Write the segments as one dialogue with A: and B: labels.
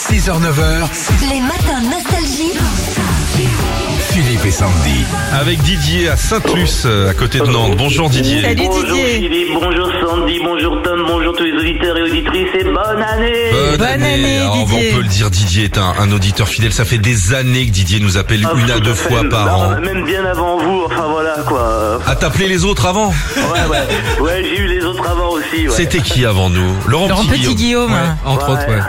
A: 6h-9h,
B: Les matins nostalgie.
A: Philippe et Sandy.
C: Avec Didier à Sainte-Luce, euh, à côté de Nantes. Bonjour Didier.
D: Salut
E: Bonjour
D: Didier.
E: Philippe, bonjour Sandy, bonjour Tom, bonjour tous les auditeurs et auditrices et bonne année
D: Bonne année,
C: Alors, on
D: Didier.
C: peut le dire, Didier est un, un auditeur fidèle. Ça fait des années que Didier nous appelle
E: Ah,
C: une à
E: tout
C: deux
E: fait.
C: fois par
E: Non,
C: an.
E: Même bien avant vous, enfin voilà quoi.
C: À t'appeler les autres avant
E: Ouais, ouais, ouais j'ai eu les autres avant aussi. Ouais.
C: C'était qui avant nous Laurent,
D: Laurent Petit-Guillaume. hein.
C: Ouais, entre
E: Ouais.
C: autres, ouais.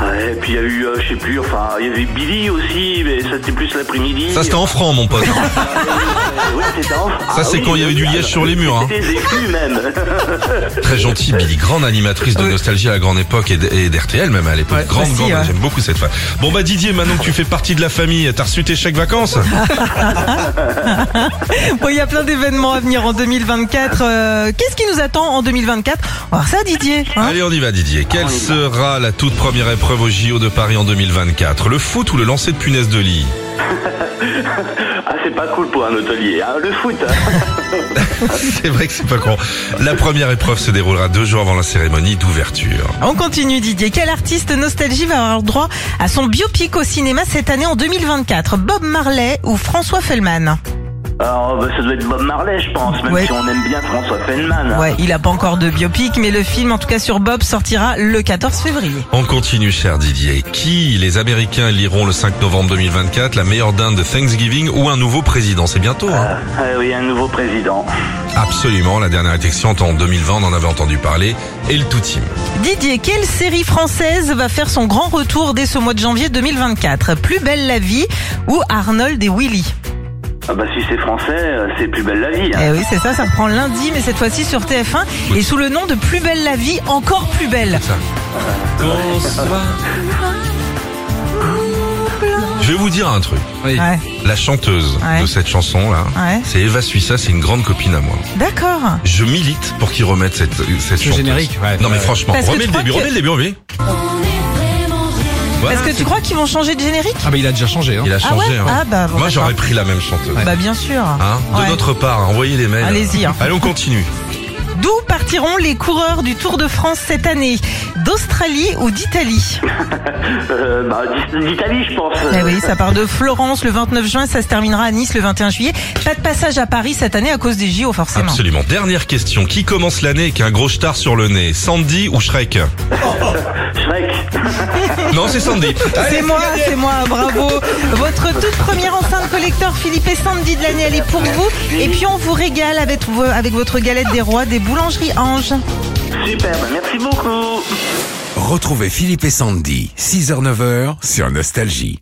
E: Ouais, et puis il y a eu, euh, je sais plus, enfin, il y avait Billy aussi, mais ça c'était plus l'après-midi.
C: Ça c'était en franc, mon pote.
E: Euh, ouais, c'était en- Ah
C: Ça c'est
E: oui,
C: quand il y avait du
E: génial.
C: liège sur les murs. hein.
E: C'était des écus même.
C: Très gentil, Billy. Grande animatrice de Nostalgie à la grande époque et d- et d'RTL même à l'époque.
D: Ouais, Bah, hein.
C: grande,
D: aussi,
C: grande.
D: ouais.
C: J'aime beaucoup cette femme. Bon bah Didier, maintenant que tu fais partie de la famille, t'as reçu tes chèques vacances
D: Bon, il y a plein d'événements à venir en 2024. Euh, Qu'est-ce qui nous attend en 2024 On va voir ça, Didier. hein
C: Allez, on y va, Didier. Quelle sera la toute première épreuve au JO de Paris en 2024 Le foot ou le lancer de punaise de lit
E: Ah, c'est pas cool pour un hôtelier. Ah, le foot. hein.
C: C'est vrai que c'est pas con. La première épreuve se déroulera deux jours avant la cérémonie d'ouverture.
D: On continue, Didier. Quel artiste nostalgie va avoir droit à son biopic au cinéma cette année en 2024 Bob Marley ou François Fellman
E: Alors, bah, ça doit être Bob Marley, je pense, même
D: Ouais.
E: si on aime bien François Feynman. hein.
D: Ouais, il a pas encore de biopic, mais le film, en tout cas sur Bob, sortira le 14 février.
C: On continue, cher Didier. Qui, les Américains, liront le 5 novembre 2024 la meilleure dinde de Thanksgiving ou un nouveau président C'est bientôt, hein
E: Ah oui, un nouveau président.
C: Absolument. La dernière élection en 2020, on en avait entendu parler. Et le tout team.
D: Didier, quelle série française va faire son grand retour dès ce mois de janvier 2024 Plus belle la vie ou Arnold et Willy
E: Ah bah si c'est français, euh, c'est plus belle la vie. hein.
D: Eh oui, c'est ça, ça reprend lundi, mais cette fois-ci sur TF1 et sous le nom de Plus belle la vie, encore plus belle.
C: Ça. Je vais vous dire un truc.
D: Ouais,
C: La chanteuse
D: Ouais.
C: de cette chanson là,
D: Ouais.
C: c'est Eva Suissa, c'est une grande copine à moi.
D: d'accord.
C: Je milite pour qu'ils remettent cette cette chanteuse.
F: générique, ouais.
C: Non mais
F: Ouais.
C: franchement,
D: Parce que
C: remets
D: tu
C: le
D: crois
C: début,
D: que-
C: remets le début, remets. Voilà,
D: Parce que tu crois qu'ils vont changer de générique
F: Ah bah il a déjà changé. Hein.
C: il a
D: Ah
C: changé.
D: ouais
C: hein.
D: Ah bah, bon,
C: moi j'aurais
D: d'accord.
C: pris la même chanteuse.
D: Bah bien sûr.
C: Hein de
D: Ouais.
C: notre part, hein, envoyez les mails.
D: Allez-y, hein.
C: Allez, on continue.
D: D'où partiront les coureurs du Tour de France cette année D'Australie ou d'Italie
E: Euh, bah, d'I- d'Italie, je pense.
D: Eh oui, ça part de Florence le 29 juin, ça se terminera à Nice le 21 juillet. Pas de passage à Paris cette année à cause des JO forcément.
C: Absolument. Dernière question. Qui commence l'année avec un gros star sur le nez Sandy ou Shrek
E: Shrek.
C: Non, c'est Sandy.
D: C'est moi, c'est moi, bravo. Votre toute première enceinte collector Philippe et Sandy de l'année, elle est pour vous. Et puis on vous régale avec, vo- avec votre galette des rois des boulangeries Ange.
E: Super, bah, merci beaucoup.
A: Retrouvez Philippe et Sandy, 6h-9h sur Nostalgie.